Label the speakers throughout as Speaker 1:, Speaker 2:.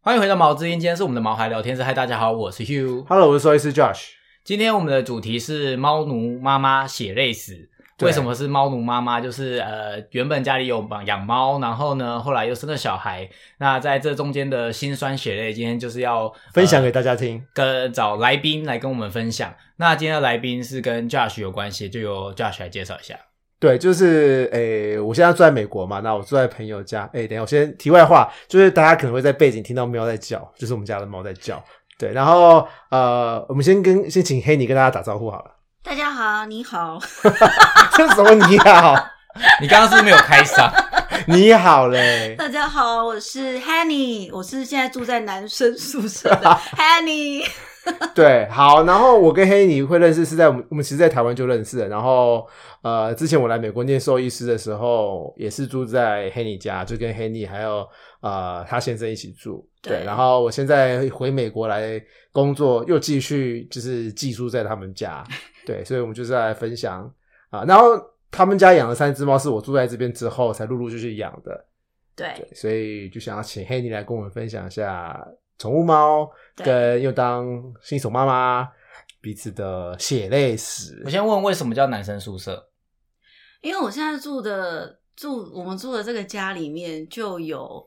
Speaker 1: 欢迎回到毛之音，今天是我们的毛孩聊天室。嗨，大家好，我是 Hugh。
Speaker 2: Hello，我是兽医师 Josh。
Speaker 1: 今天我们的主题是猫奴妈妈血泪史。
Speaker 2: 对
Speaker 1: 为什么是猫奴妈妈？就是呃，原本家里有养养猫，然后呢，后来又生了小孩。那在这中间的辛酸血泪，今天就是要、呃
Speaker 2: 分享给大家听。
Speaker 1: 跟找来宾来跟我们分享。那今天的来宾是跟 Josh 有关系，就由 Josh 来介绍一下。
Speaker 2: 对，就是诶、我现在住在美国嘛，那我住在朋友家。诶、等一下，我先题外话，就是大家可能会在背景听到喵在叫，就是我们家的猫在叫。对，然后呃，我们先跟先请黑尼跟大家打招呼好了。
Speaker 3: 大家好，你好，
Speaker 2: 这什么你好？
Speaker 1: 你刚刚是不是没有开嗓？
Speaker 2: 你好嘞，
Speaker 3: 大家好，我是 Hanny，我是现在住在男生宿舍的 Hanny。
Speaker 2: 对，好，然后我跟黑尼会认识是在我们我们其实，在台湾就认识了。然后呃，之前我来美国念兽医师的时候，也是住在黑尼家，就跟黑尼还有呃他先生一起住。对，
Speaker 3: 对
Speaker 2: 然后我现在回美国来工作，又继续就是寄宿在他们家。 对，所以我们就是来分享啊、然后他们家养的三只猫是我住在这边之后才陆陆续续养的。
Speaker 3: 对，
Speaker 2: 所以就想要请黑尼来跟我们分享一下宠物猫
Speaker 3: 对
Speaker 2: 跟又当新手妈妈彼此的血泪史
Speaker 1: 我。先问为什么叫男生宿舍？
Speaker 3: 因为我现在住的住我们住的这个家里面就有，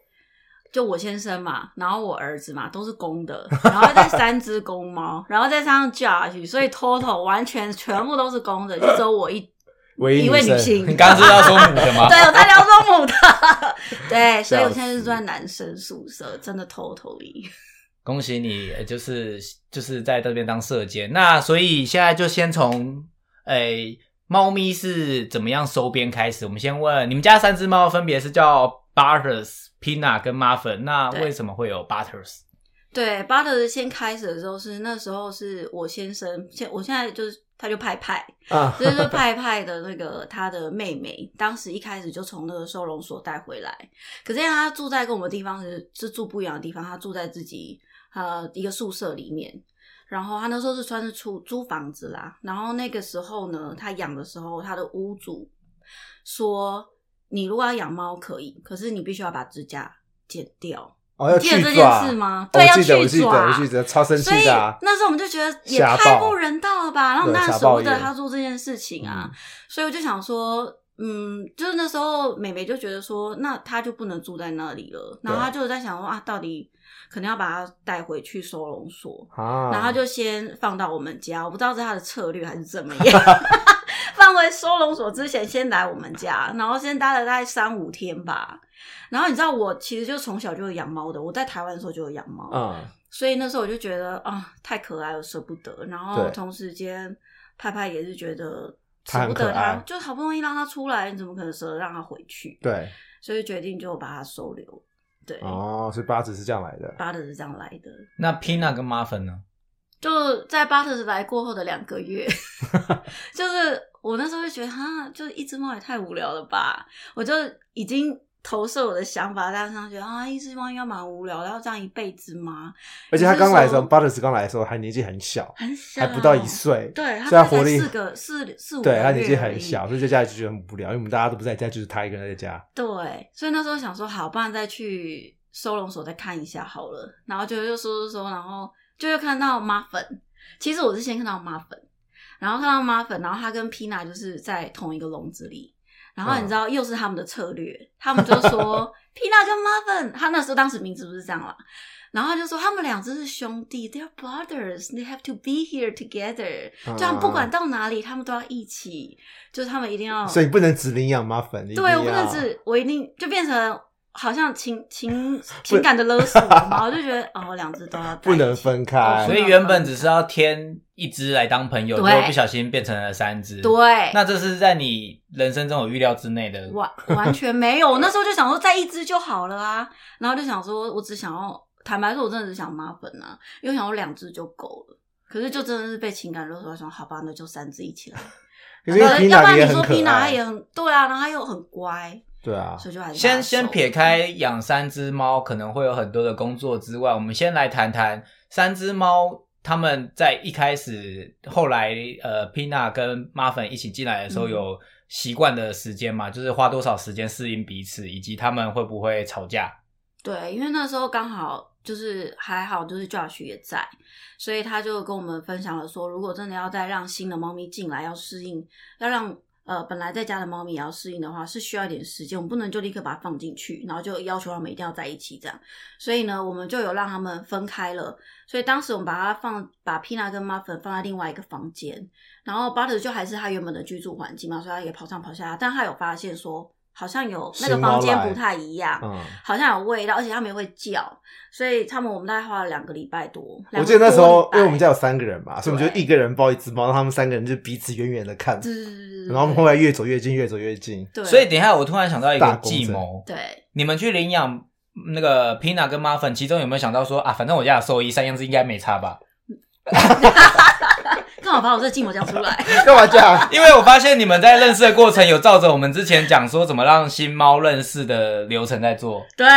Speaker 3: 就我先生嘛，然后我儿子嘛，都是公的，然后再三只公猫，然后再加上 Josh，所以 total 完全全部都是公的，就只有我一
Speaker 2: 唯一
Speaker 3: 一位女
Speaker 2: 生，
Speaker 3: 性。
Speaker 1: 你刚刚是要说母的吗？
Speaker 3: 对，我在聊说母的， 对，所以我
Speaker 2: 笑
Speaker 3: 现在是住
Speaker 2: 死
Speaker 3: 在男生宿舍，真的 totally。
Speaker 1: 恭喜你，呃就是就是在这边当射箭。那所以现在就先从诶，猫咪是怎么样收编开始。我们先问你们家三只猫分别是叫 Butters、Pina 跟 Muffin，那
Speaker 3: 对
Speaker 1: 为什么会有 Butters？
Speaker 3: 对，巴特先开始的时候是那时候是我先生，现我现在就是他就派派，
Speaker 2: 啊
Speaker 3: 这就是派派的那个他的妹妹，当时一开始就从那个收容所带回来，可是因为他住在跟我们地方是是住不一样的地方，他住在自己呃一个宿舍里面。然后他那时候是算是出租房子啦，然后那个时候呢，他养的时候，他的屋主说，你如果要养猫可以，可是你必须要把指甲剪掉。
Speaker 2: 哦，要
Speaker 3: 记得
Speaker 2: 去
Speaker 3: 这
Speaker 2: 抓
Speaker 3: 件事吗
Speaker 2: 哦
Speaker 3: 对要
Speaker 2: 我记得，
Speaker 3: 去
Speaker 2: 我记得，
Speaker 3: 抓
Speaker 2: 我记得，超生气
Speaker 3: 所以
Speaker 2: 的啊。
Speaker 3: 那时候我们就觉得也
Speaker 2: 吓
Speaker 3: 太
Speaker 2: 爆
Speaker 3: 不人道了吧，然后
Speaker 2: 对
Speaker 3: 那
Speaker 2: 吓
Speaker 3: 时
Speaker 2: 爆嗯
Speaker 3: 候
Speaker 2: 眼
Speaker 3: 的他做这件事情啊，所以我就想说。嗯，就是那时候，美美就觉得说，那她就不能住在那里了，然后她就在想说啊，到底可能要把她带回去收容所，
Speaker 2: 啊，
Speaker 3: 然后她就先放到我们家，我不知道是她的策略还是怎么样， 放回收容所之前先来我们家，然后先待了大概三五天吧，然后你知道我其实就从小就有养猫的，我在台湾的时候就有养猫，
Speaker 2: 嗯，
Speaker 3: 所以那时候我就觉得啊、太可爱了，舍不得。然后
Speaker 2: 对
Speaker 3: 同时间，派派也是觉得
Speaker 2: 他
Speaker 3: 舍
Speaker 2: 很
Speaker 3: 不
Speaker 2: 可
Speaker 3: 得
Speaker 2: 爱
Speaker 3: 他，就好不容易让他出来，你怎么可能舍得让他回去？
Speaker 2: 对，
Speaker 3: 所以决定就把他收留。对，
Speaker 2: 哦，所以八子是这样来的。
Speaker 3: 巴特是这样来的。
Speaker 1: 那 Pina 跟 Muffin 呢？
Speaker 3: 就在巴特来过后的两个月， 就是我那时候就觉得哈，就一只猫也太无聊了吧，我就已经。投射我的想法，大家上觉得啊，一只猫应该蛮无聊的，要这样一辈子吗？
Speaker 2: 而且他
Speaker 3: 你是
Speaker 2: 刚来的时候，
Speaker 3: 说啊
Speaker 2: 八子刚来的时候还年纪很小，
Speaker 3: 很小，
Speaker 2: 还不到一岁。
Speaker 3: 对，
Speaker 2: 所以他
Speaker 3: 他
Speaker 2: 活
Speaker 3: 才
Speaker 2: 力
Speaker 3: 四个四四五个
Speaker 2: 对
Speaker 3: 月
Speaker 2: 他年纪
Speaker 3: 而
Speaker 2: 很
Speaker 3: 已
Speaker 2: 小，所以在家里就觉得很无聊，因为我们大家都不在家，就是他一个人在家。
Speaker 3: 对，所以那时候想说，好，不然再去收容所再看一下好了。然后就又说说说，然后就又看到妈粉。其实我是先看到妈粉，然后看到妈粉，然后他跟 Pina 就是在同一个笼子里。然后
Speaker 2: 嗯
Speaker 3: 你知道，又是他们的策略，他们就 说 Pina 跟妈粉，他那时候当时名字不是这样啦。然后他就说他们两只是兄弟，They're brothers, they have to be here together。就他们啊
Speaker 2: 啊
Speaker 3: 不管到哪里，他们都要一起，就是他们一定要。
Speaker 2: 所以你不能只领养妈粉，你一定
Speaker 3: 对，我不能
Speaker 2: 要
Speaker 3: 只，我一定就变成好像情 情情感的勒索嘛，我就觉得哦，两只都要
Speaker 2: 啊不能
Speaker 3: 在一起哦
Speaker 2: 分开。
Speaker 1: 所以原本只是要添一只来当朋友，结
Speaker 3: 对
Speaker 1: 果不小心变成了三只。
Speaker 3: 对，
Speaker 1: 那这是在你人生中有预料之内的。
Speaker 3: 完完全没有。我那时候就想说再一只就好了啊，然后就想说我只想要，坦白说，我真的只想妈粉啊，因为我想我两只就够了。可是就真的是被情感勒索，想好吧，那就三只一起来。
Speaker 2: 因为
Speaker 3: 那呃要
Speaker 2: Pina
Speaker 3: 不然
Speaker 2: 也
Speaker 3: 你
Speaker 2: 很
Speaker 3: 说
Speaker 2: 可
Speaker 3: Pina
Speaker 2: 爱
Speaker 3: 他也很对啊，然后他又很乖，
Speaker 2: 对啊，
Speaker 3: 所以就还是把
Speaker 1: 先
Speaker 3: 它
Speaker 1: 先
Speaker 3: 收
Speaker 1: 撇开养三只猫可能会有很多的工作之外，我们先来谈谈三只猫。他们在一开始，后来呃，Pina 跟 Muffin 一起进来的时候，
Speaker 3: 嗯
Speaker 1: 有习惯的时间嘛？就是花多少时间适应彼此，以及他们会不会吵架？
Speaker 3: 对，因为那时候刚好就是还好，就是 Josh 也在，所以他就跟我们分享了说，如果真的要再让新的猫咪进来，要适应，要让呃本来在家的猫咪也要适应的话，是需要一点时间，我们不能就立刻把它放进去，然后就要求它们一定要在一起这样。所以呢，我们就有让他们分开了。所以当时我们把它放，把 Pina 跟 Muffin 放在另外一个房间，然后 Butter 就还是他原本的居住环境嘛，所以他也跑上跑下，但他有发现说。好像有那个
Speaker 2: 新猫
Speaker 3: 房间
Speaker 2: 来
Speaker 3: 不太一样，
Speaker 2: 嗯，
Speaker 3: 好像有味道，而且他们也会叫，所以他们我们大概花了两个礼拜多。
Speaker 2: 我记得那时候
Speaker 3: 两个多礼，拜
Speaker 2: 因为我们家有三个人嘛，所以我们就
Speaker 3: 对
Speaker 2: 一个人抱一只猫，让他们三个人就彼此远远的看，
Speaker 3: 对对对对对，
Speaker 2: 然后我们后来越走越近，越走越近。
Speaker 3: 对，
Speaker 1: 所以等一下，我突然想到一
Speaker 2: 大
Speaker 1: 个
Speaker 2: 公
Speaker 1: 计
Speaker 2: 仔
Speaker 1: 谋，
Speaker 3: 对
Speaker 1: 你们去领养那个 Pina 跟 Muffin，其中有没有想到说啊，反正我家的兽医三样子应该没差吧？
Speaker 3: 刚好把我这寂寞讲出 来。
Speaker 2: 干嘛这样？
Speaker 1: 因为我发现你们在认识的过程有照着我们之前讲说怎么让新猫认识的流程在做，
Speaker 3: 对，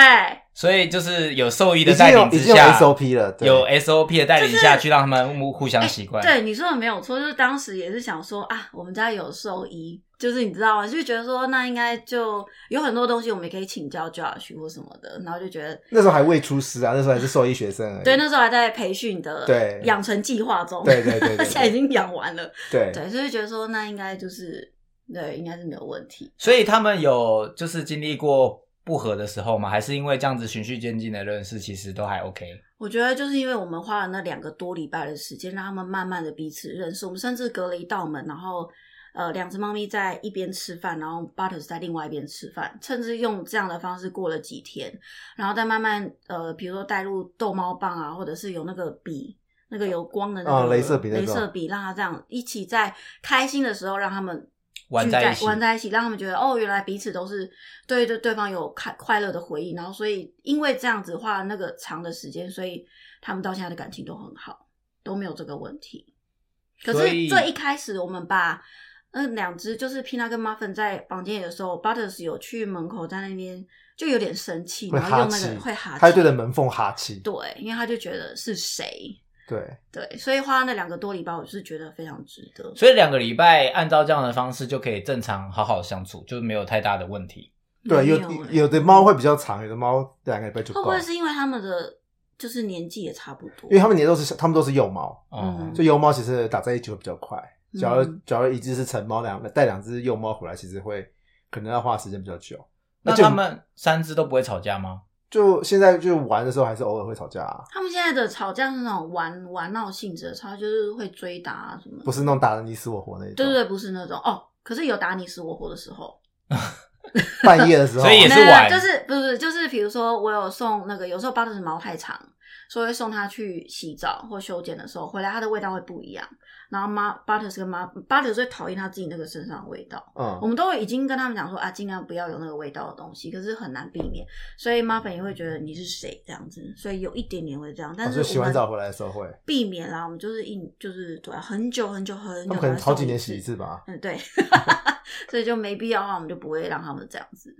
Speaker 1: 所以就是有兽医
Speaker 2: 已
Speaker 1: 的
Speaker 2: 经
Speaker 1: 带
Speaker 2: 有
Speaker 1: 领
Speaker 2: 已
Speaker 1: 之
Speaker 2: 经有
Speaker 1: 下，
Speaker 2: SOP 了，对
Speaker 1: 有 SOP 的带领下去，让他们互互相习惯。
Speaker 3: 哎对你说的没有错，就是当时也是想说啊，我们家有兽医，就是你知道吗？就觉得说那应该就有很多东西我们也可以请教 Josh 或什么的，然后就觉得
Speaker 2: 那时候还未出师啊，那时候还是兽医学生而已。
Speaker 3: 对，那时候还在培训的
Speaker 2: 对
Speaker 3: 养成计划中，
Speaker 2: 对对对对 对
Speaker 3: 现在已经养完了，
Speaker 2: 对
Speaker 3: 对，所以觉得说那应该就是对，应该是没有问题。
Speaker 1: 所以他们有就是经历过不合的时候吗？还是因为这样子循序渐进的认识，其实都还 OK？
Speaker 3: 我觉得就是因为我们花了那两个多礼拜的时间，让他们慢慢的彼此认识。我们甚至隔了一道门，然后呃，两只猫咪在一边吃饭，然后 Butters 在另外一边吃饭，甚至用这样的方式过了几天，然后再慢慢呃，比如说带入逗猫棒啊，或者是有那个笔。那个有光的那
Speaker 2: 啊
Speaker 3: 个
Speaker 2: 镭射笔那
Speaker 3: 镭
Speaker 2: 种
Speaker 3: 射笔让它这样一起在开心的时候让他们
Speaker 1: 玩
Speaker 3: 聚
Speaker 1: 在一起
Speaker 3: 玩在一起，让他们觉得哦，原来彼此都是对对对方有快快乐的回忆，然后所以因为这样子花了那个长的时间，所以他们到现在的感情都很好，都没有这个问题。可
Speaker 1: 所
Speaker 3: 是
Speaker 1: 以
Speaker 3: 最一开始我们把那两只就是 Pina 跟 Muffin 在房间里的时候，Butters 有去门口在那边就有点生气，
Speaker 2: 会
Speaker 3: 然后
Speaker 2: 哈
Speaker 3: 用那
Speaker 2: 气，
Speaker 3: 个会哈
Speaker 2: 他就
Speaker 3: 气，
Speaker 2: 对着门缝哈气。
Speaker 3: 对，因为他就觉得是谁。
Speaker 2: 对，
Speaker 3: 对，所以花那两个多礼拜，我是觉得非常值得。
Speaker 1: 所以两个礼拜按照这样的方式就可以正常好好相处，就是没有太大的问题。
Speaker 2: 对，有
Speaker 3: 没欸
Speaker 2: 有的猫会比较长，有的猫两个礼拜就
Speaker 3: 会
Speaker 2: 够
Speaker 3: 不会
Speaker 2: 了。
Speaker 3: 是因为他们的就是年纪也差不多
Speaker 2: 因为？他们年都是他们都是幼猫，
Speaker 1: 哦、
Speaker 3: 嗯
Speaker 2: 所以幼猫其实打在一起会比较快。
Speaker 3: 嗯
Speaker 2: 假如假如一只是成猫，两带两只幼猫回来，其实会可能要花时间比较久。
Speaker 1: 那
Speaker 2: 而且
Speaker 1: 他们三只都不会吵架吗？
Speaker 2: 就现在就玩的时候，还是偶尔会吵架、啊，
Speaker 3: 他们现在的吵架是那种玩玩闹性质的吵架，就是会追打啊什么的。
Speaker 2: 不是那种打的你死我活那种。
Speaker 3: 对对对，不是那种哦。可是有打你死我活的时候，
Speaker 2: 半夜的时候啊，
Speaker 1: 所以也是
Speaker 3: 没有没有
Speaker 1: 玩
Speaker 3: 就是不是就是比如说我有送那个，有时候巴的是毛太长，所以会送它去洗澡或修剪的时候，回来它的味道会不一样。然后妈巴特是跟妈巴特最讨厌它自己那个身上的味道，我
Speaker 2: 嗯，
Speaker 3: 们都已经跟他们讲说啊，尽量不要有那个味道的东西，可是很难避免，所以妈粉也会觉得你是谁这样子，所以有一点点会这样，但
Speaker 2: 哦所
Speaker 3: 是我
Speaker 2: 以
Speaker 3: 们
Speaker 2: 洗完澡回来的时候会，
Speaker 3: 避免啦，我们就是一就是对啊、很久很久很久，
Speaker 2: 他们可能好几年洗一，次吧。
Speaker 3: 嗯对， 所以就没必要的话，我们就不会让他们这样子。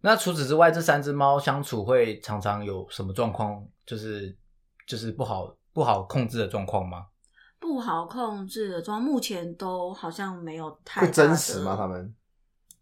Speaker 1: 那除此之外，这三只猫相处会常常有什么状况？就是就是不好不好控制的状况吗？
Speaker 3: 不好控制的状况，目前都好像没有太
Speaker 2: 会
Speaker 3: 大
Speaker 2: 真
Speaker 3: 的
Speaker 2: 实吗？他们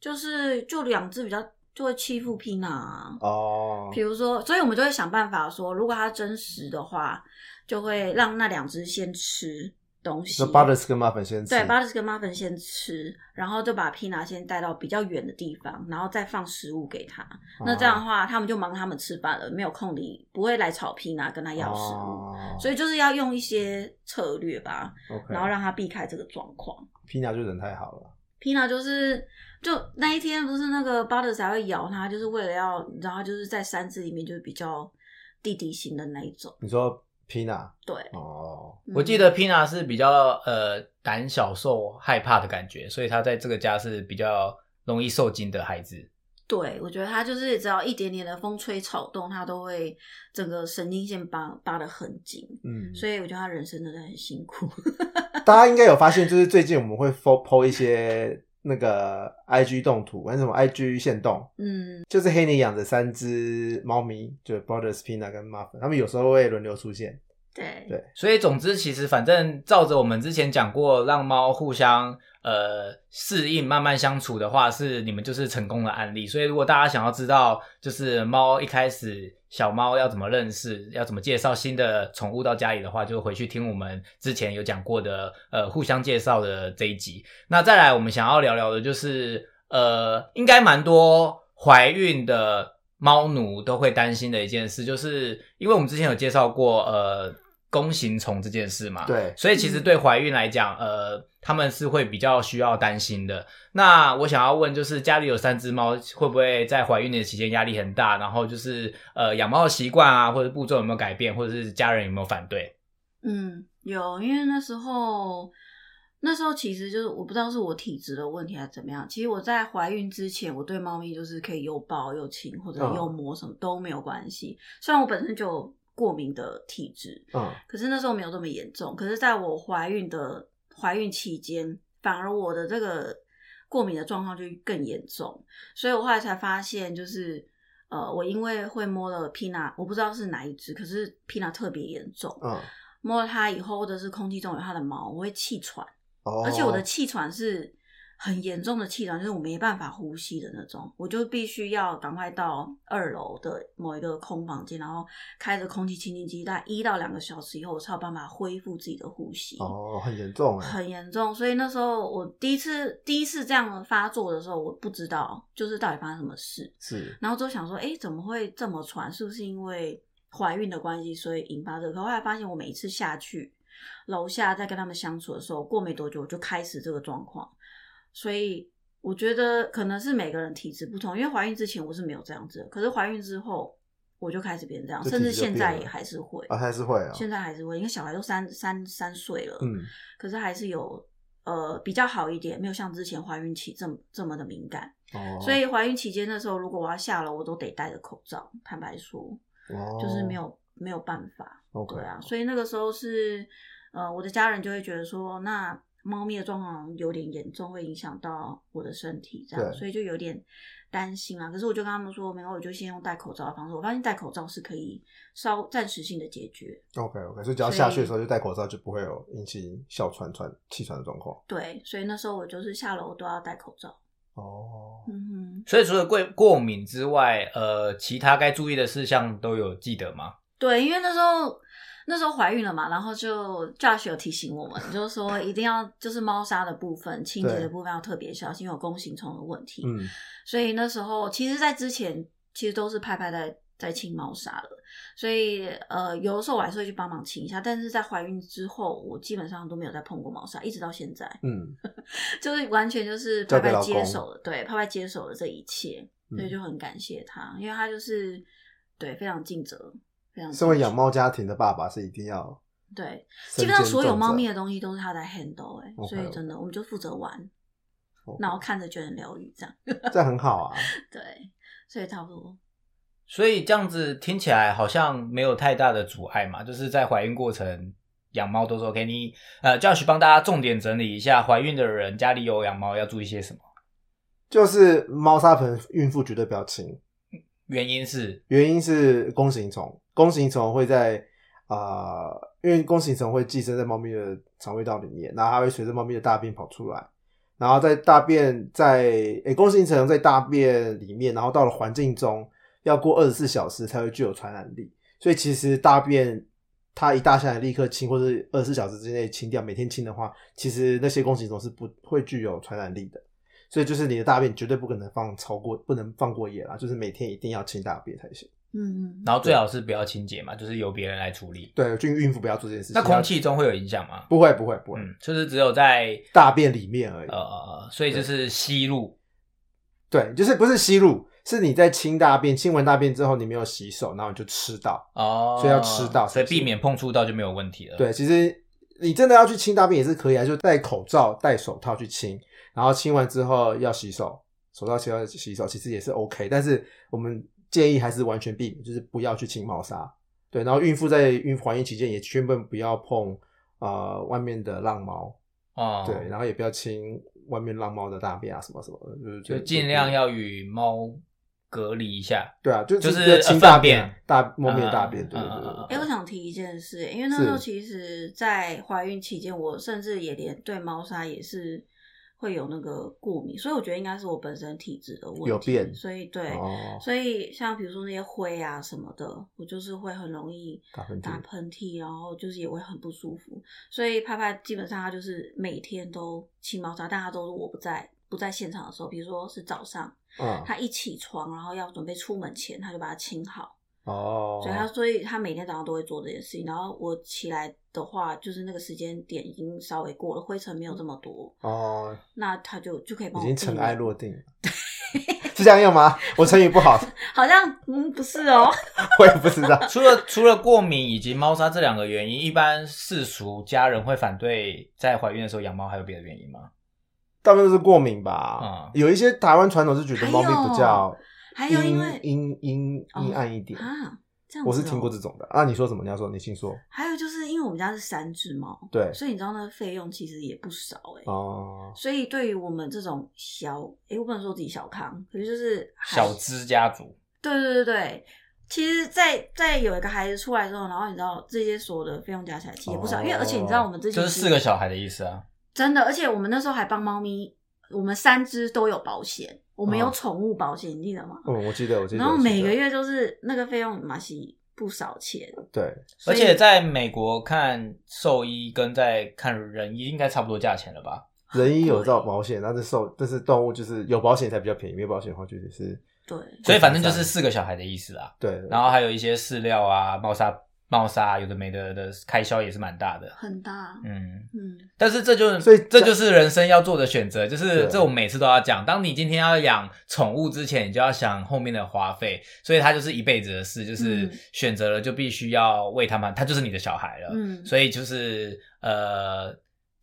Speaker 3: 就是就两只比较就会欺负皮娜、啊，
Speaker 2: 哦，
Speaker 3: 比如说，所以我们就会想办法说，如果它真实的话，就会让那两只先吃东西
Speaker 2: 那。butters 跟 muffin 先吃，
Speaker 3: 对 b u t t e r 跟 Muffin 先吃，然后就把 Pina 先带到比较远的地方，然后再放食物给它。
Speaker 2: 哦啊
Speaker 3: 那这样的话，他们就忙他们吃饭了，没有空理，不会来吵 Pina 跟他要食物。
Speaker 2: 哦
Speaker 3: 所以就是要用一些策略吧，
Speaker 2: OK，
Speaker 3: 然后让他避开这个状况。
Speaker 2: 皮鸟就人太好了，
Speaker 3: Pina 就是就那一天不是那个 Butters 还会咬它，就是为了要，你知道，它就是在三只里面就是比较弟弟型的那一种。
Speaker 2: 你说皮娜
Speaker 3: 对，
Speaker 2: 哦，
Speaker 3: 嗯
Speaker 1: 我记得 Pina 是比较呃胆小、受害怕的感觉，所以他在这个家是比较容易受惊的孩子。
Speaker 3: 对，我觉得它就是只要一点点的风吹草动，它都会整个神经线扒扒的很紧，
Speaker 2: 嗯，
Speaker 3: 所以我觉得它人生真的很辛苦。
Speaker 2: 大家应该有发现，就是最近我们会 po po 一些那个 IG 动图，还是什么 IG 线动，
Speaker 3: 嗯，
Speaker 2: 就是黑尼养的三只猫咪，就是 Brothers Pina 跟 Muffin，他们有时候会轮流出现，
Speaker 3: 对
Speaker 2: 对
Speaker 1: 所以总之，其实反正照着我们之前讲过，让猫互相呃适应、慢慢相处的话，是你们就是成功的案例。所以如果大家想要知道，就是猫一开始小猫要怎么认识，要怎么介绍新的宠物到家里的话，就回去听我们之前有讲过的呃互相介绍的这一集。那再来，我们想要聊聊的就是，呃，应该蛮多怀孕的猫奴都会担心的一件事，就是因为我们之前有介绍过，呃，弓形虫这件事嘛，，
Speaker 2: 对，
Speaker 1: 所以其实对怀孕来讲，呃，他们是会比较需要担心的。那我想要问，就是家里有三只猫，会不会在怀孕的期间压力很大？然后就是呃，养猫的习惯啊，或者步骤有没有改变，或者是家人有没有反对？
Speaker 3: 嗯，有，因为那时候那时候其实就是我不知道是我体质的问题还是怎么样。其实我在怀孕之前，我对猫咪就是可以又抱又亲或者
Speaker 2: 嗯
Speaker 3: 又摸什么都没有关系。虽然我本身就有过敏的体质，
Speaker 2: 嗯，
Speaker 3: 可是那时候没有这么严重。可是在我怀孕的怀孕期间，反而我的这个过敏的状况就更严重，所以我后来才发现，就是呃，我因为会摸了 Pina，我不知道是哪一只，可是 Pina 特别严重，
Speaker 2: 嗯，
Speaker 3: 摸了它以后，或者是空气中有它的毛，我会气喘，
Speaker 2: 哦，
Speaker 3: 而且我的气喘是很严重的气喘，就是我没办法呼吸的那种，我就必须要赶快到二楼的某一个空房间，然后开着空气清净机，大概一到两个小时以后，我才有办法恢复自己的呼吸。
Speaker 2: 哦很严重哎，
Speaker 3: 很严重，所以那时候我第一次第一次这样发作的时候，我不知道就是到底发生什么事，
Speaker 2: 是
Speaker 3: 然后就想说，哎，怎么会这么传？是不是因为怀孕的关系，所以引发这个？可后来发现，我每一次下去楼下在跟他们相处的时候，过没多久我就开始这个状况，所以我觉得可能是每个人体质不同，因为怀孕之前我是没有这样子的，可是怀孕之后我就开始变这样，
Speaker 2: 就
Speaker 3: 甚至
Speaker 2: 体质就
Speaker 3: 现
Speaker 2: 变
Speaker 3: 在
Speaker 2: 了
Speaker 3: 也还是会，
Speaker 2: 啊，还是会啊，
Speaker 3: 现在还是会，因为小孩都三三三岁了，
Speaker 2: 嗯，
Speaker 3: 可是还是有。呃，比较好一点，没有像之前怀孕期这么这么的敏感。
Speaker 2: 哦，
Speaker 3: 所以怀孕期间的时候，如果我要下楼，我都得戴着口罩。坦白说，
Speaker 2: 哦
Speaker 3: 就是没有没有办法，
Speaker 2: OK
Speaker 3: 对啊。所以那个时候是，呃，我的家人就会觉得说，那猫咪的状况好像有点严重，会影响到我的身体，这样，
Speaker 2: 对
Speaker 3: 所以就有点担心啊。可是我就跟他们说，没有，我就先用戴口罩的方式。我发现戴口罩是可以稍暂时性的解决，
Speaker 2: OK OK，所以只要
Speaker 3: 所以
Speaker 2: 下去的时候就戴口罩，就不会有引起哮喘、喘气喘的状况。
Speaker 3: 对。所以那时候我就是下楼都要戴口罩。
Speaker 2: 哦，
Speaker 3: 嗯哼。
Speaker 1: 所以除了过过敏之外，呃，其他该注意的事项都有记得吗？
Speaker 3: 对，因为那时候那时候怀孕了嘛，然后就 Josh 有提醒我们，就是说一定要就是猫砂的部分、清洁
Speaker 2: 对
Speaker 3: 的部分要特别小心，有弓形虫的问题。
Speaker 2: 嗯，
Speaker 3: 所以那时候其实，在之前其实都是拍拍在在清猫砂了，所以呃，有的时候我还是会去帮忙清一下，但是在怀孕之后，我基本上都没有再碰过猫砂，一直到现在，
Speaker 2: 嗯，
Speaker 3: 就是完全就是
Speaker 2: 交
Speaker 3: 拍
Speaker 2: 给
Speaker 3: 拍
Speaker 2: 老
Speaker 3: 接
Speaker 2: 公嗯
Speaker 3: 手了，对，拍拍接手了这一切，所以就很感谢他，因为他就是对非常尽责。非常
Speaker 2: 身为
Speaker 3: 尽
Speaker 2: 养
Speaker 3: 职
Speaker 2: 猫家庭的爸爸是一定要，
Speaker 3: 对，基本上所有猫咪的东西都是他在 handle 哎、
Speaker 2: OK，
Speaker 3: 所以真的我们就负责玩，
Speaker 2: OK
Speaker 3: 然后看着觉得很疗愈这样。
Speaker 2: 哦 这样很好啊。
Speaker 3: 对，所以差不多。
Speaker 1: 所以这样子听起来好像没有太大的阻碍嘛，就是在怀孕过程养猫都是 OK 你。呃，Josh 帮大家重点整理一下，怀孕的人家里有养猫要注意些什么？
Speaker 2: 就是猫砂盆，孕妇绝对不要清，
Speaker 1: 原因是
Speaker 2: 原因是弓形虫，弓形虫会在啊、呃因为弓形虫会寄生在猫咪的肠胃道里面，然后它会随着猫咪的大便跑出来，然后在大便在诶弓形虫在大便里面，然后到了环境中要过二十四小时才会具有传染力，所以其实大便。它一大下来立刻清，或是二十四小时之内清掉，每天清的话，其实那些弓形虫是不会具有传染力的。所以就是你的大便绝对不可能放超过，不能放过夜啦，就是每天一定要清大便才行。
Speaker 3: 嗯，
Speaker 1: 然后最好是不要清洁嘛，就是由别人来处理。
Speaker 2: 对，就孕妇不要做这件事
Speaker 1: 那
Speaker 2: 情。
Speaker 1: 空气中会有影响吗？
Speaker 2: 不会不会不会，
Speaker 1: 嗯，就是只有在
Speaker 2: 大便里面而已。
Speaker 1: 呃呃，呃所以就是吸入。
Speaker 2: 对，就是不是吸入，是你在清大便，清完大便之后你没有洗手，然后你就吃到。
Speaker 1: 哦，
Speaker 2: 所以要吃到
Speaker 1: 所以
Speaker 2: 是不是
Speaker 1: 避免碰触到就没有问题了。，
Speaker 2: 对，其实你真的要去清大便也是可以啊，就戴口罩、戴手套去清，然后清完之后要洗手，手套洗要洗手，其实也是 OK。但是我们建议还是完全避免，就是不要去清猫砂。对，然后孕妇在孕怀孕期间也千万不要碰呃外面的浪猫，
Speaker 1: 哦，
Speaker 2: 对，，然后也不要清外面浪猫的大便啊什么什么的，就是
Speaker 1: 就尽量要与猫隔离一下。
Speaker 2: 对啊，就
Speaker 1: 就是是
Speaker 2: 清
Speaker 1: 粪
Speaker 2: 大便啊
Speaker 1: 便
Speaker 2: 大猫咪的大便，
Speaker 1: 嗯
Speaker 2: 对
Speaker 1: 嗯
Speaker 2: 对对
Speaker 1: 嗯嗯
Speaker 2: 对
Speaker 1: 嗯
Speaker 3: 哎、我想提一件事，因为那时候
Speaker 2: 是
Speaker 3: 其实，在怀孕期间，我甚至也连对猫砂也是会有那个过敏，所以我觉得应该是我本身体质的问题。
Speaker 2: 有变
Speaker 3: 所以对，
Speaker 2: 哦，
Speaker 3: 所以像比如说那些灰啊什么的，我就是会很容易
Speaker 2: 打喷嚏
Speaker 3: 打喷嚏，然后就是也会很不舒服。所以拍拍基本上他就是每天都清猫砂，但他都是我不在不在现场的时候，比如说是早上，
Speaker 2: 嗯，
Speaker 3: 他一起床，然后要准备出门前，他就把它清好。
Speaker 2: 哦，
Speaker 3: 所以他，所以他每天早上都会做这件事情。然后我起来的话，就是那个时间点已经稍微过了，灰尘没有这么多，
Speaker 2: 哦，
Speaker 3: 那他就就可以帮
Speaker 2: 已
Speaker 3: 我
Speaker 2: 经尘
Speaker 3: 避
Speaker 2: 埃
Speaker 3: 免
Speaker 2: 落定了，是这样用吗？我成语不好，
Speaker 3: 好像嗯不是哦，
Speaker 2: 我也不知道。
Speaker 1: 除了除了过敏以及猫砂这两个原因，一般世俗家人会反对在怀孕的时候养猫，还有别的原因吗？
Speaker 2: 大部分都是过敏吧
Speaker 1: 嗯，
Speaker 2: 有一些台湾传统是觉得猫咪比较
Speaker 3: 还有因
Speaker 2: 阴
Speaker 3: 为
Speaker 2: 阴阴
Speaker 3: 哦
Speaker 2: 阴暗一点，
Speaker 3: 啊这样、子哦
Speaker 2: 我是听过这种的。啊，你说什么？你要说，你先说。
Speaker 3: 还有就是因为我们家是三只猫，
Speaker 2: 对，
Speaker 3: 所以你知道那个费用其实也不少哎、
Speaker 2: 哦，
Speaker 3: 所以对于我们这种小，诶、我不能说自己小康，可是就是还
Speaker 1: 小资家族，
Speaker 3: 对对对对，其实在，在有一个孩子出来之后，然后你知道这些所有的费用加起来其实也不少，
Speaker 2: 哦
Speaker 3: 因为而且你知道我们自己
Speaker 1: 就是四个小孩的意思啊。
Speaker 3: 真的，而且我们那时候还帮猫咪，我们三只都有保险，我
Speaker 1: 哦
Speaker 3: 们有
Speaker 2: 嗯
Speaker 3: 宠物保险，你记得吗？
Speaker 2: 嗯，我记得，我记得。
Speaker 3: 然后
Speaker 2: 我记得
Speaker 3: 每个月就是那个费用嘛是不少钱，
Speaker 2: 对，
Speaker 1: 而
Speaker 3: 所以
Speaker 1: 且在美国看兽医跟在看人医应该差不多价钱了吧？
Speaker 2: 人医有
Speaker 3: 贵
Speaker 2: 照保险，但是兽，但是动物就是有保险才比较便宜，没有保险的话就得是，
Speaker 3: 对
Speaker 1: 所以反正就是四个小孩的意思啦。
Speaker 2: 对，
Speaker 1: 然后还有一些饲料啊、猫砂、猫砂有的没的的开销也是蛮大的。
Speaker 3: 很大，
Speaker 1: 嗯，
Speaker 3: 嗯，
Speaker 1: 但是这就是，
Speaker 2: 所以
Speaker 1: 这就是人生要做的选择，就是
Speaker 2: 对
Speaker 1: 这我们每次都要讲。当你今天要养宠物之前，你就要想后面的花费，所以它就是一辈子的事，就是
Speaker 3: 嗯
Speaker 1: 选择了就必须要为他们，他就是你的小孩了，
Speaker 3: 嗯
Speaker 1: 所以就是呃